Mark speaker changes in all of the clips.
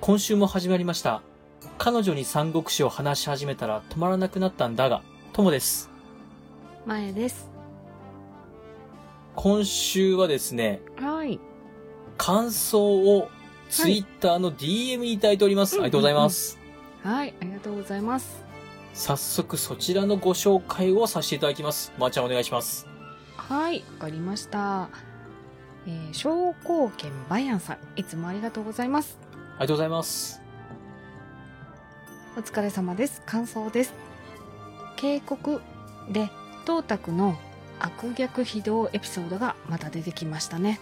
Speaker 1: 今週も始まりました。彼女に三国志を話し始めたら止まらなくなったんだが、ともです。
Speaker 2: 前です。
Speaker 1: 今週はですね、
Speaker 2: はい。
Speaker 1: 感想をツイッターの DM にいただいております。
Speaker 2: うん
Speaker 1: ありがとうございます。
Speaker 2: はい、ありがとうございます。
Speaker 1: 早速そちらのご紹介をさせていただきます。まー、ちゃんお願いします。
Speaker 2: はい、わかりました。えー、商工券バヤンさん、いつもありがとうございます。
Speaker 1: ありがとうございます。
Speaker 2: お疲れ様です。感想です。警告で、董卓の悪逆非道エピソードがまた出てきましたね。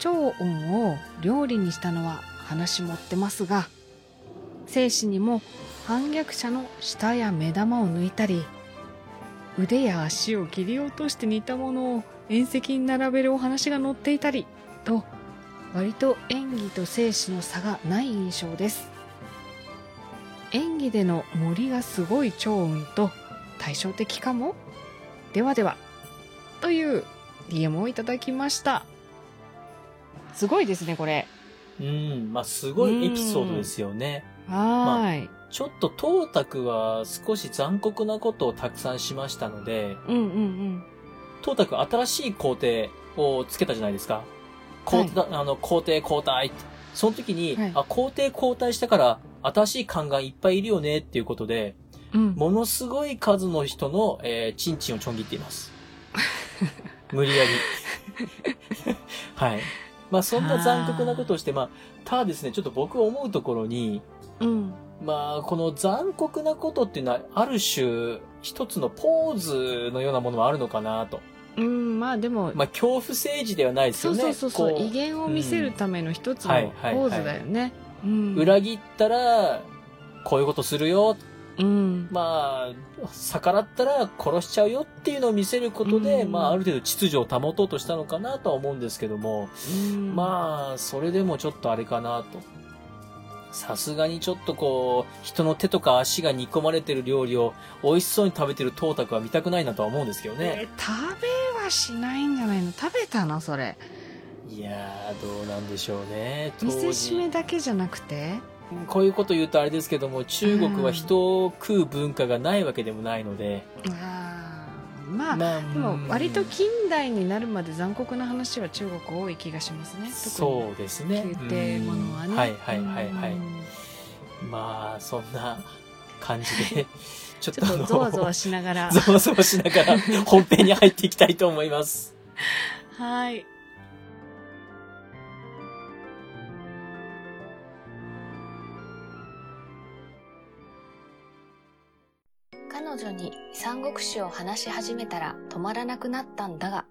Speaker 2: 趙雲を料理にしたのは話持ってますが、生死にも反逆者の舌や目玉を抜いたり、腕や足を切り落として煮たものを宴席に並べるお話が載っていたり、と、割と演技と生死の差がない印象です。演技での森がすごい超音と対照的かもではではという DM をいただきましたすごいですねこれ
Speaker 1: うん、まあ、すごいエピソードですよね。
Speaker 2: はーい、
Speaker 1: ちょっと董卓は少し残酷なことをたくさんしましたので、
Speaker 2: うんうん
Speaker 1: 董卓新しい皇帝をつけたじゃないですか。皇帝、あの、皇帝交代って。その時に、
Speaker 2: はい
Speaker 1: あ、皇帝交代したから、新しい宦官いっぱいいるよねっていうことで、
Speaker 2: うんうん
Speaker 1: ものすごい数の人の、えー、チンチンをちょん切ってい ます。無理やり。はい。まあ、そんな残酷なことをして、まあ、ただですね、ちょっと僕思うところに、
Speaker 2: うん
Speaker 1: まあ、この残酷なことっていうのは、ある種、一つのポーズのようなものはあるのかなと。
Speaker 2: うんまあでも、
Speaker 1: まあ、恐怖政治ではないです
Speaker 2: そ
Speaker 1: よ
Speaker 2: う
Speaker 1: ね。
Speaker 2: そうそうそう
Speaker 1: こ
Speaker 2: 威厳を見せるための一つの
Speaker 1: うん
Speaker 2: ポ
Speaker 1: はいはい
Speaker 2: ーズだよね、うん
Speaker 1: う裏切ったら、こういうことするよ。
Speaker 2: うん
Speaker 1: まあ、逆らったら殺しちゃうよっていうのを見せることで、
Speaker 2: うん
Speaker 1: まあ、ある程度秩序を保とうとしたのかなとは思うんですけども、
Speaker 2: うん
Speaker 1: まあ、それでもちょっとあれかなと。さすがにちょっとこう、人の手とか足が煮込まれてる料理を美味しそうに食べてる董卓は見たくないなとは思うんですけどね。
Speaker 2: え食べはしないんじゃないの食べたのそれ
Speaker 1: いやー、どうなんでしょうね。当
Speaker 2: 見
Speaker 1: 時
Speaker 2: せしめだけじゃなくて
Speaker 1: こういうこと言うとあれですけども、中国は人を食う文化がないわけでもないので。
Speaker 2: あーまあ、
Speaker 1: まあ、
Speaker 2: でも割と
Speaker 1: うん
Speaker 2: 近代になるまで残酷な話は中国多い気がしますね
Speaker 1: そうです
Speaker 2: 特
Speaker 1: ね。
Speaker 2: に宮廷ものはね、
Speaker 1: うんはいはいはいはい。
Speaker 2: うん
Speaker 1: まあ、そんな感じ で、ちょっ
Speaker 2: ち
Speaker 1: とあ
Speaker 2: ょっと
Speaker 1: の、
Speaker 2: ゾワゾワしながら
Speaker 1: ゾワゾワしながら本編に入っていきたいと思います。
Speaker 2: はい
Speaker 3: 彼女に三国志を話し始めたら止まらなくなったんだが、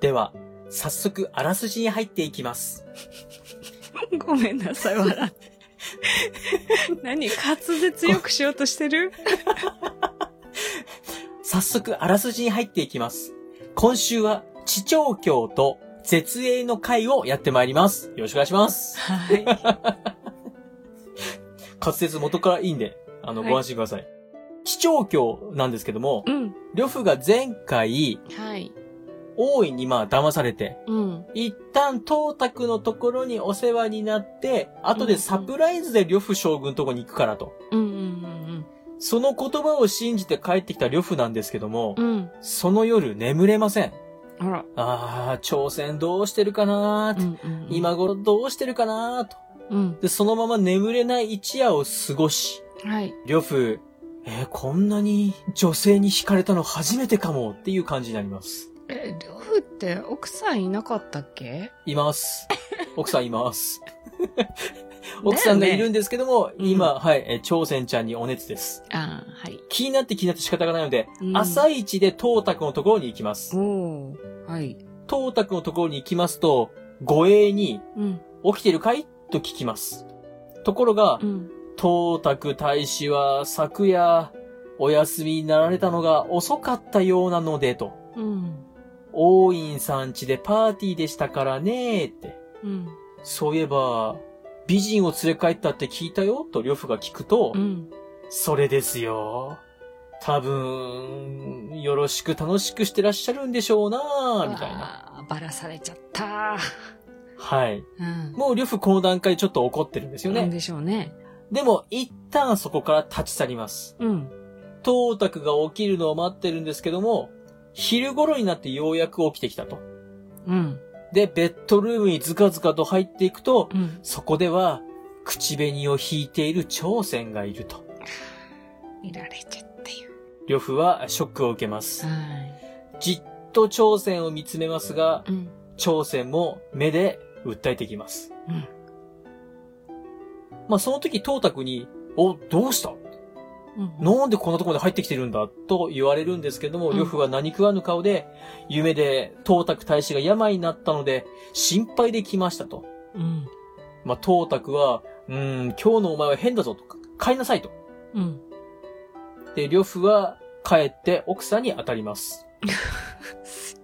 Speaker 1: では、早速、あらすじに入っていきます。
Speaker 2: ごめんなさい笑って何滑舌よくしようとしてる
Speaker 1: 早速、あらすじに入っていきます。今週は、地長教と絶英の会をやってまいります。よろしくお願いします。
Speaker 2: はい
Speaker 1: 滑舌元からいいんで、あの、
Speaker 2: はい
Speaker 1: ご安心ください。地長教なんですけども
Speaker 2: う、ん
Speaker 1: 呂布が前回、
Speaker 2: はい
Speaker 1: 大いにまあ騙されて、
Speaker 2: うん
Speaker 1: 一旦、董卓のところにお世話になって、後でサプライズで呂布将軍のとこに行くからと。
Speaker 2: うんうん
Speaker 1: その言葉を信じて帰ってきた呂布なんですけども
Speaker 2: うんう、んうん
Speaker 1: その夜眠れません。
Speaker 2: あら、
Speaker 1: ああ、朝鮮どうしてるかなーって、
Speaker 2: んうんうん
Speaker 1: 今頃どうしてるかなーと。
Speaker 2: うん
Speaker 1: で、そのまま眠れない一夜を過ごし、
Speaker 2: はい
Speaker 1: 呂布、えーこんなに女性に惹かれたの初めてかもっていう感じになります。
Speaker 2: え両夫って奥さんいなかったっけ
Speaker 1: います。 奥さんいます。奥さんがいるんですけども、
Speaker 2: うん
Speaker 1: 今、はい、えー朝鮮ちゃんにお熱です。
Speaker 2: ああはい
Speaker 1: 気になって気になって仕方がないので、
Speaker 2: うん
Speaker 1: 朝一で董卓のところに行きます。
Speaker 2: おーはい
Speaker 1: 董卓のところに行きますと、護衛に、
Speaker 2: うん
Speaker 1: 起きてるかいと聞きます。ところが
Speaker 2: う、ん
Speaker 1: 董卓大使は昨夜、お休みになられたのが遅かったようなのでと、
Speaker 2: うん
Speaker 1: 王院さん家でパーティーでしたからねーって。
Speaker 2: うん
Speaker 1: そういえば、美人を連れ帰ったって聞いたよと呂布が聞くと、
Speaker 2: うん
Speaker 1: それですよ。多分、よろしく楽しくしてらっしゃるんでしょうなーみたいな。
Speaker 2: あーバラされちゃった
Speaker 1: はい。
Speaker 2: うん。
Speaker 1: もう呂布この段階でちょっと怒ってるんですよ
Speaker 2: なん
Speaker 1: ね。
Speaker 2: でしょうね。
Speaker 1: でも、一旦そこから立ち去ります。
Speaker 2: うん。
Speaker 1: トータクが起きるのを待ってるんですけども、昼頃になってようやく起きてきたと。
Speaker 2: うん。
Speaker 1: で、ベッドルームにズカズカと入っていくと、
Speaker 2: うん。
Speaker 1: そこでは、口紅を引いている朝鮮がいると。
Speaker 2: 見られちゃっていう。
Speaker 1: 呂布はショックを受けます。
Speaker 2: は
Speaker 1: じっと朝鮮を見つめますが、
Speaker 2: い。うん。
Speaker 1: 朝鮮も目で訴えてきます。
Speaker 2: うん
Speaker 1: まあ、その時、トータクに、お、どうした
Speaker 2: うん。
Speaker 1: なんでこんなところで入ってきてるんだと言われるんですけども、
Speaker 2: うん
Speaker 1: 呂布は何食わぬ顔で、夢で、東卓大使が病になったので、心配で来ましたと。
Speaker 2: うん。
Speaker 1: まあ、東卓は、うーん、今日のお前は変だぞと、帰りなさいと。
Speaker 2: うん。
Speaker 1: で、呂布は帰って奥さんに当たります。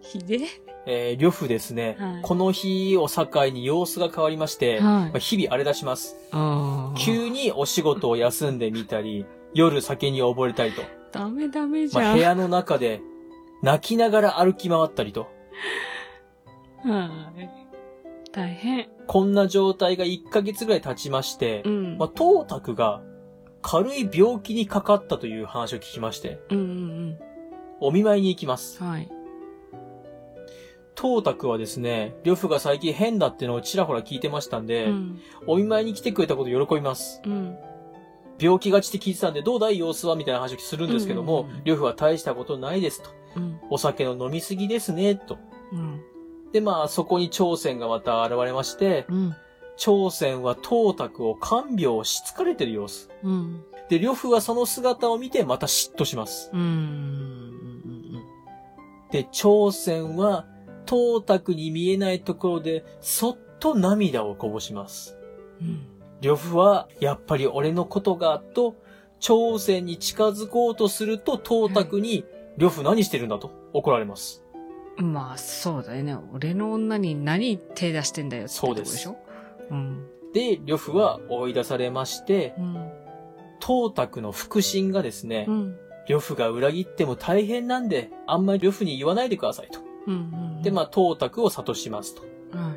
Speaker 2: ひで
Speaker 1: えー、呂布ですね、
Speaker 2: はい
Speaker 1: この日を境に様子が変わりまして、
Speaker 2: え。
Speaker 1: ま
Speaker 2: は
Speaker 1: あ。日々荒れ出します。
Speaker 2: ああ。
Speaker 1: 急にお仕事を休んでみたり、夜酒に溺れたりと。
Speaker 2: ダメダメじ
Speaker 1: まあ、
Speaker 2: ゃん。
Speaker 1: 部屋の中で泣きながら歩き回ったりと。
Speaker 2: はい。大変。
Speaker 1: こんな状態が1ヶ月ぐらい経ちまして、
Speaker 2: うん。
Speaker 1: まあ、トータクが軽い病気にかかったという話を聞きまして、
Speaker 2: うんうん
Speaker 1: お見舞いに行きます。
Speaker 2: うん。はい。
Speaker 1: トータクはですね、呂布が最近変だってのをちらほら聞いてましたんで、
Speaker 2: うん。
Speaker 1: お見舞いに来てくれたことを喜びます。
Speaker 2: うん。
Speaker 1: 病気がちって聞いてたんで、どうだい様子はみたいな話をするんですけど
Speaker 2: う
Speaker 1: も
Speaker 2: んうんうん、
Speaker 1: 呂布、は大したことないですと。
Speaker 2: うん。
Speaker 1: お酒の飲みすぎですね、と。
Speaker 2: うん。
Speaker 1: で、まあ、そこに朝鮮がまた現れまして、
Speaker 2: うん。
Speaker 1: 朝鮮はトータクを看病しつかれてる様子。
Speaker 2: うん。
Speaker 1: で、呂布はその姿を見てまた嫉妬します。
Speaker 2: うん。うん。
Speaker 1: で、朝鮮は、東卓に見えないところで、そっと涙をこぼします。
Speaker 2: うん。
Speaker 1: 呂布は、やっぱり俺のことが、と、朝鮮に近づこうとすると、東卓に、呂布何してるんだと怒られます。
Speaker 2: うん。まあ、そうだよね。俺の女に何手出してんだよってことでしょうん。
Speaker 1: で、呂布は追い出されまして、
Speaker 2: うん。
Speaker 1: 東卓の腹心がですね
Speaker 2: う、ん。
Speaker 1: 呂布が裏切っても大変なんで、あんまり呂布に言わないでくださいと。
Speaker 2: うん。
Speaker 1: で、まあ、東卓を諭しますと。
Speaker 2: あ、は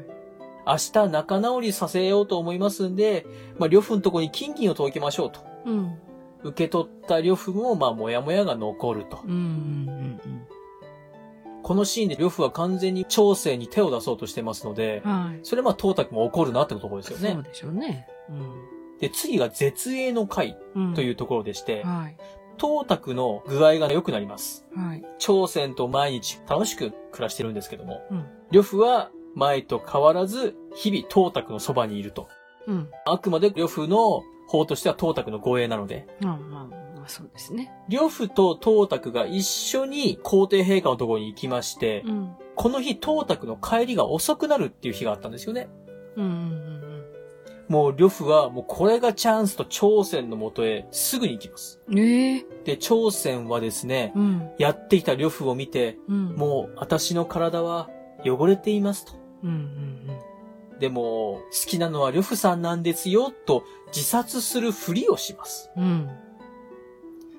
Speaker 2: い。
Speaker 1: 明日仲直りさせようと思いますんで、まあ、呂布のとこに金銀を届けましょうと。
Speaker 2: うん。
Speaker 1: 受け取った呂布も、まあ、もやもやが残ると
Speaker 2: うん。う。ん。
Speaker 1: このシーンで呂布は完全に調整に手を出そうとしてますので
Speaker 2: うん。、はい。
Speaker 1: それはまあ、東卓も怒るなってところですよ
Speaker 2: そう
Speaker 1: ね。
Speaker 2: でしょうね。
Speaker 1: で、次が絶縁の会
Speaker 2: うん。。
Speaker 1: といううところでして、
Speaker 2: はい。
Speaker 1: 東卓の具合が良くなります。
Speaker 2: はい。
Speaker 1: 朝鮮と毎日楽しく暮らしてるんですけども
Speaker 2: うん、
Speaker 1: 呂布は前と変わらず日々東卓のそばにいると。
Speaker 2: うん。
Speaker 1: あくまで呂布の方としては東卓の護衛なので、
Speaker 2: まあまあまあ、そうですね。
Speaker 1: 呂布と東卓が一緒に皇帝陛下のところに行きまして、
Speaker 2: うん。
Speaker 1: この日東卓の帰りが遅くなるっていう日があったんですよね。
Speaker 2: うん。うん。
Speaker 1: もう呂布はもうこれがチャンスと朝鮮の元へすぐに行きます。
Speaker 2: うん。ええ。
Speaker 1: で、朝鮮はですね、
Speaker 2: うん。
Speaker 1: やってきた呂布を見て、
Speaker 2: うん。
Speaker 1: もう私の体は汚れていますと。
Speaker 2: うん。うん。
Speaker 1: でも、好きなのは呂布さんなんですよ、と自殺するふりをします。
Speaker 2: うん。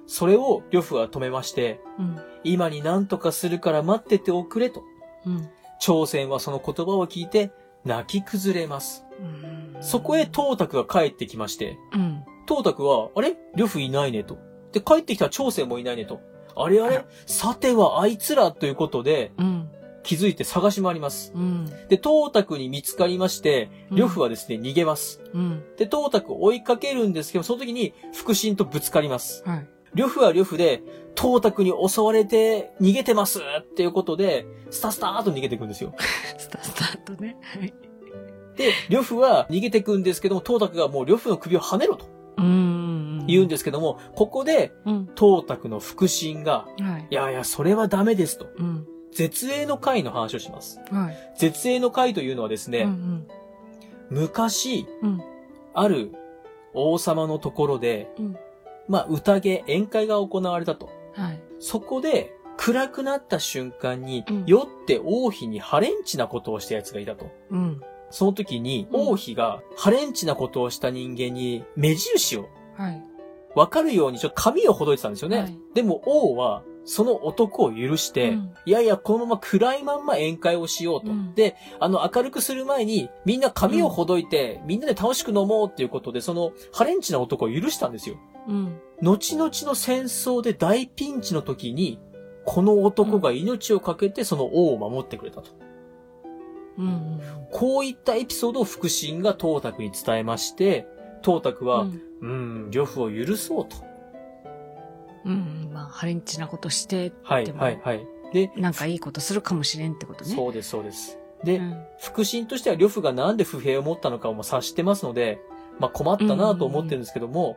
Speaker 1: それを呂布は止めまして、
Speaker 2: うん。
Speaker 1: 今に何とかするから待ってておくれと。
Speaker 2: うん。
Speaker 1: 朝鮮はその言葉を聞いて泣き崩れます。
Speaker 2: うん
Speaker 1: そこへ、東卓が帰ってきまして、
Speaker 2: うん。
Speaker 1: 東卓は、あれ呂布いないねと。で、帰ってきた朝鮮もいないねと。あれあれさてはあいつらということで
Speaker 2: うん。
Speaker 1: 気づいて探し回ります。
Speaker 2: うん。
Speaker 1: で、東卓に見つかりまして、呂布
Speaker 2: は、
Speaker 1: はですね、逃げます。
Speaker 2: うん。
Speaker 1: で、東卓を追いかけるんですけど、その時に腹心とぶつかります。
Speaker 2: はい。
Speaker 1: 呂布は呂布で、東卓に襲われて逃げてますっていうことで、スタスターと逃げていくんですよ。
Speaker 2: スタスタートね。はい。
Speaker 1: で、呂布は逃げてくんですけども、東卓がもう呂布の首を跳ねろと
Speaker 2: うん。
Speaker 1: 言うん
Speaker 2: で。
Speaker 1: ですけども、ここで
Speaker 2: うん。
Speaker 1: 東卓の腹心が、
Speaker 2: はい
Speaker 1: い。やいや、それはダメですと。
Speaker 2: うん。
Speaker 1: 絶縁の会の話をします。
Speaker 2: はい。
Speaker 1: 絶縁の会というのはですね、
Speaker 2: うん。
Speaker 1: 昔、
Speaker 2: うん。
Speaker 1: ある王様のところで、
Speaker 2: うん
Speaker 1: まあ、宴、宴会が行われたと。
Speaker 2: はい。
Speaker 1: そこで、暗くなった瞬間に、
Speaker 2: うん
Speaker 1: 酔って王妃にハレンチなことをした奴がいたと。
Speaker 2: うん。
Speaker 1: その時に、
Speaker 2: うん
Speaker 1: 王妃がハレンチなことをした人間に目印を
Speaker 2: はい。
Speaker 1: わかるようにちょっと紙をほどいてたんですよね。
Speaker 2: はい
Speaker 1: でも王はその男を許して、
Speaker 2: うん
Speaker 1: いやいや、このまま暗いまんま宴会をしようと。
Speaker 2: うん
Speaker 1: で、あの、明るくする前に、みんな髪をほどいて、みんなで楽しく飲もうっていうことで、その、ハレンチな男を許したんですよ。
Speaker 2: うん。
Speaker 1: 後々の戦争で大ピンチの時に、この男が命を懸けてその王を守ってくれたと。
Speaker 2: うん。
Speaker 1: こういったエピソードを腹心が董卓に伝えまして、董卓は、
Speaker 2: うん
Speaker 1: うん、呂布を許そうと。
Speaker 2: うん。まあ、ハレンチなことして、
Speaker 1: はい、
Speaker 2: でも
Speaker 1: はい、はい。で、
Speaker 2: なんかいいことするかもしれんってことね。
Speaker 1: そうです、そうです。で、
Speaker 2: うん
Speaker 1: 腹心としては呂布がなんで不平を持ったのかも察してますので、まあ困ったなと思ってるんですけども、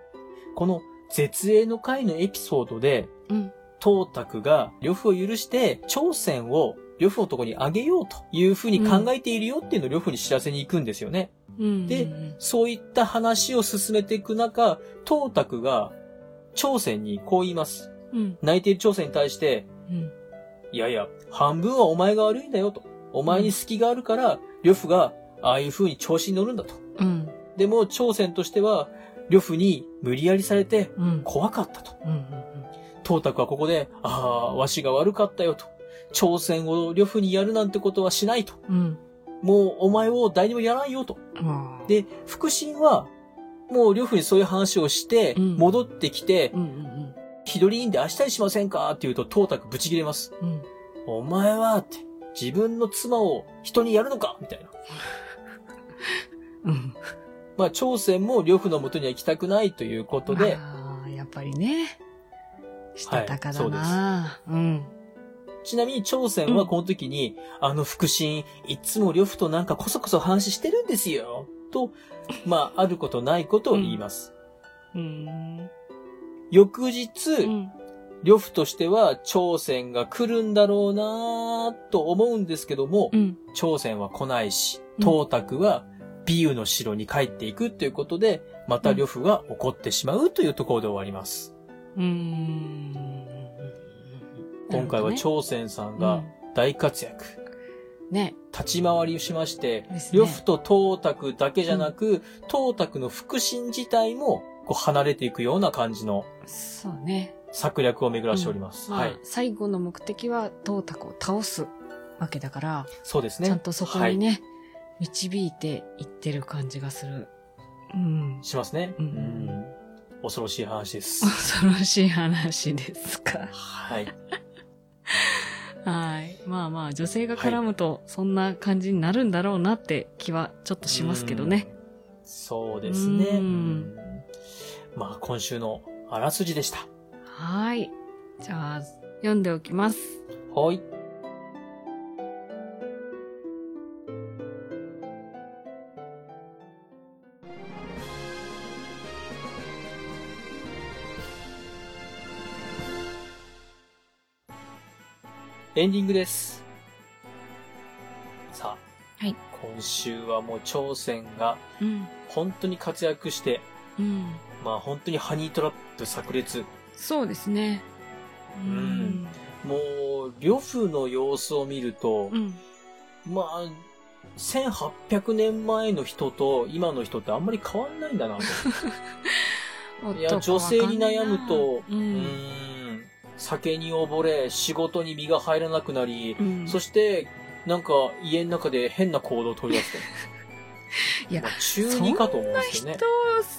Speaker 1: この絶縁の会のエピソードで、
Speaker 2: うん。
Speaker 1: 董卓が呂布を許して、朝鮮を呂布のとこにあげようというふうに考えているよっていうのを呂布に知らせに行くんですよね。
Speaker 2: うん。
Speaker 1: で
Speaker 2: うん、
Speaker 1: そういった話を進めていく中、董卓が朝鮮にこう言います。
Speaker 2: うん。
Speaker 1: 泣いている朝鮮に対して、
Speaker 2: うん。
Speaker 1: いやいや、半分はお前が悪いんだよと。お前に隙があるから、呂布がああいう風に調子に乗るんだと。
Speaker 2: うん。
Speaker 1: でも、朝鮮としては、呂布に無理やりされて
Speaker 2: うん。
Speaker 1: 怖かったと。
Speaker 2: うん。うん
Speaker 1: 董卓はここで、ああ、わしが悪かったよと。朝鮮を呂布にやるなんてことはしないと。
Speaker 2: うん。
Speaker 1: もうお前を誰にもやらんよと。
Speaker 2: うん。
Speaker 1: で、腹心は、もう呂布にそういう話をして、
Speaker 2: うん
Speaker 1: 戻ってきて
Speaker 2: う、ん。うん。
Speaker 1: 日取りいいんで明日にしませんかって言うと、董卓ブチ切れます。
Speaker 2: うん。うん。
Speaker 1: お前は、って、自分の妻を人にやるのかみたいな。
Speaker 2: うん。
Speaker 1: まあ、朝鮮も呂布の元には行きたくないということで、
Speaker 2: あーやっぱりね。したたかだな、うん。
Speaker 1: ちなみに朝鮮はこの時に、あの腹心、いつも呂布となんかこそこそ話してるんですよ。と、まあ、あることないことを言います。
Speaker 2: うん。
Speaker 1: 翌
Speaker 2: う
Speaker 1: 日、
Speaker 2: ん。
Speaker 1: 呂布としては朝鮮が来るんだろうなぁと思うんですけども、
Speaker 2: うん。
Speaker 1: 朝鮮は来ないし、
Speaker 2: うん
Speaker 1: 董卓は美羽の城に帰っていくということで、また呂布が怒ってしまうというところで終わります。
Speaker 2: うん。
Speaker 1: 今回は朝鮮さんが大活躍。
Speaker 2: ね。
Speaker 1: 立ち回りをしまして
Speaker 2: です、ね
Speaker 1: 呂布と董卓だけじゃなく、董卓の腹心自体もこう離れていくような感じの
Speaker 2: そうね。
Speaker 1: 策略を巡らしております。
Speaker 2: まあ
Speaker 1: はい。
Speaker 2: 最後の目的は、董卓を倒すわけだから、
Speaker 1: そうですね。
Speaker 2: ちゃんとそこにね、導いていってる感じがする。うん
Speaker 1: はい。しますね。
Speaker 2: うん
Speaker 1: うん恐ろしい話です。
Speaker 2: 恐ろしい話ですか。
Speaker 1: はい。
Speaker 2: はい。まあまあ、女性が絡むと、そんな感じになるんだろうなって気はちょっとしますけどね。
Speaker 1: うん。そうですね。
Speaker 2: うん
Speaker 1: うんまあ、今週のあらすじでした。
Speaker 2: はい。じゃあ、読んでおきます。
Speaker 1: はい。エンディングです。さあ。
Speaker 2: はい
Speaker 1: 今週はもう朝鮮が
Speaker 2: うん。
Speaker 1: 本当に活躍して、
Speaker 2: うん。
Speaker 1: まあ本当にハニートラップ炸裂。
Speaker 2: そうですね。
Speaker 1: うん。もう、呂布の様子を見ると、
Speaker 2: うん。
Speaker 1: まあ、1800年前の人と今の人ってあんまり変わんないんだなと。
Speaker 2: おっと
Speaker 1: いや女性に悩むと
Speaker 2: う
Speaker 1: うー
Speaker 2: ん。
Speaker 1: ん。酒に溺れ、仕事に身が入らなくなり、
Speaker 2: うん
Speaker 1: そして、なんか家の中で変な行動を取り出すと。
Speaker 2: いや
Speaker 1: まあ、中二かと思うんですよね。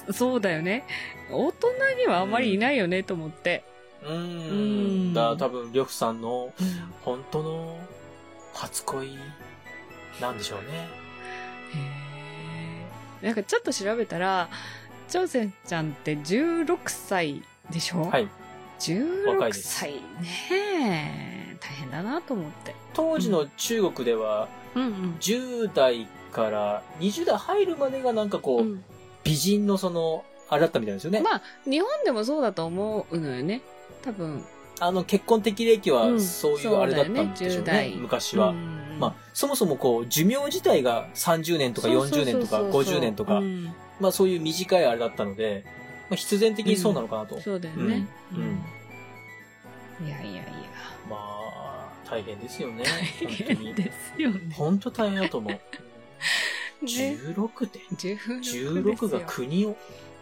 Speaker 2: 人、そうだよね。大人にはあまりいないよね、と思って。
Speaker 1: うー。
Speaker 2: うんん
Speaker 1: だから多分、呂布さんの本当の初恋なんでしょうね。
Speaker 2: へーなんかちょっと調べたら、朝鮮ちゃんって16歳でしょ
Speaker 1: はい。若い
Speaker 2: 16
Speaker 1: です
Speaker 2: 歳ねえ大変だなと思って。
Speaker 1: 当時の中国では、
Speaker 2: うんうん。
Speaker 1: 10代から20代入るまでがなんかこう、
Speaker 2: うん
Speaker 1: 美人のその、あれだったみたいですよね。
Speaker 2: まあ、日本でもそうだと思うのよね。多分。
Speaker 1: あの、結婚的齢期
Speaker 2: う
Speaker 1: は
Speaker 2: ん
Speaker 1: そうい
Speaker 2: そうう
Speaker 1: あれだった
Speaker 2: だよ
Speaker 1: ん
Speaker 2: ね
Speaker 1: でしょう
Speaker 2: 10
Speaker 1: ね
Speaker 2: 代、
Speaker 1: 昔は。
Speaker 2: うん
Speaker 1: まあ、そもそもこう、寿命自体が30年とか
Speaker 2: そうそう
Speaker 1: 40
Speaker 2: そう
Speaker 1: 年とか
Speaker 2: そうそう
Speaker 1: 50年とか
Speaker 2: う、ん
Speaker 1: まあそういう短いあれだったので、まあ必然的にそうなのかなと。
Speaker 2: そうだよね。
Speaker 1: うん
Speaker 2: うんいやいやいや。
Speaker 1: まあ、大変ですよね。
Speaker 2: 大変ですよ
Speaker 1: 本当
Speaker 2: ね。
Speaker 1: に。本当大変だと思う。
Speaker 2: ね
Speaker 1: 16点。
Speaker 2: 16ですよ
Speaker 1: 16が国を。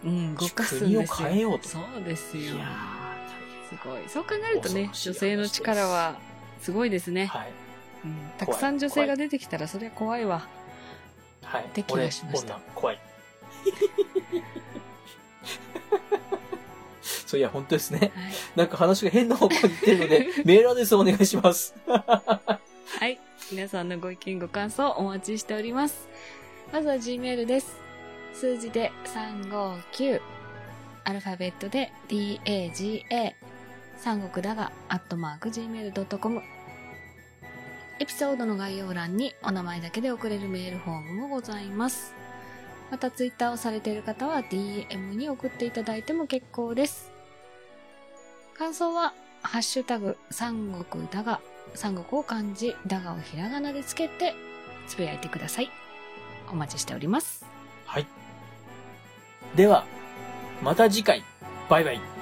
Speaker 2: うん、動かすんですよ
Speaker 1: 国を変えようと
Speaker 2: そうです
Speaker 1: いや
Speaker 2: よ
Speaker 1: ー、大変。
Speaker 2: すごい。そう考えるとね、
Speaker 1: 恐ろしい
Speaker 2: 女性の力はすごいですね。
Speaker 1: はい。
Speaker 2: うん、たくさん女性が出てきたらそりゃ怖いわ。
Speaker 1: はい。
Speaker 2: って気がしました
Speaker 1: 俺女、 怖い。そういや、本当ですね。
Speaker 2: はい。
Speaker 1: なんか話が変な方向に行ってるの で、メールアドレスをお願いします。
Speaker 2: はい。皆さんのご意見、ご感想お待ちしております。まずは Gmail です。数字で359。アルファベットで DAGA。三国だが、アットマーク Gmail.com。エピソードの概要欄にお名前だけで送れるメールフォームもございます。また、ツイッターをされている方は DM に送っていただいても結構です。感想は、ハッシュタグ、三国だが、三国を漢字、だがをひらがなでつけて、つぶやいてください。お待ちしております。
Speaker 1: はい。では、また次回。バイバイ。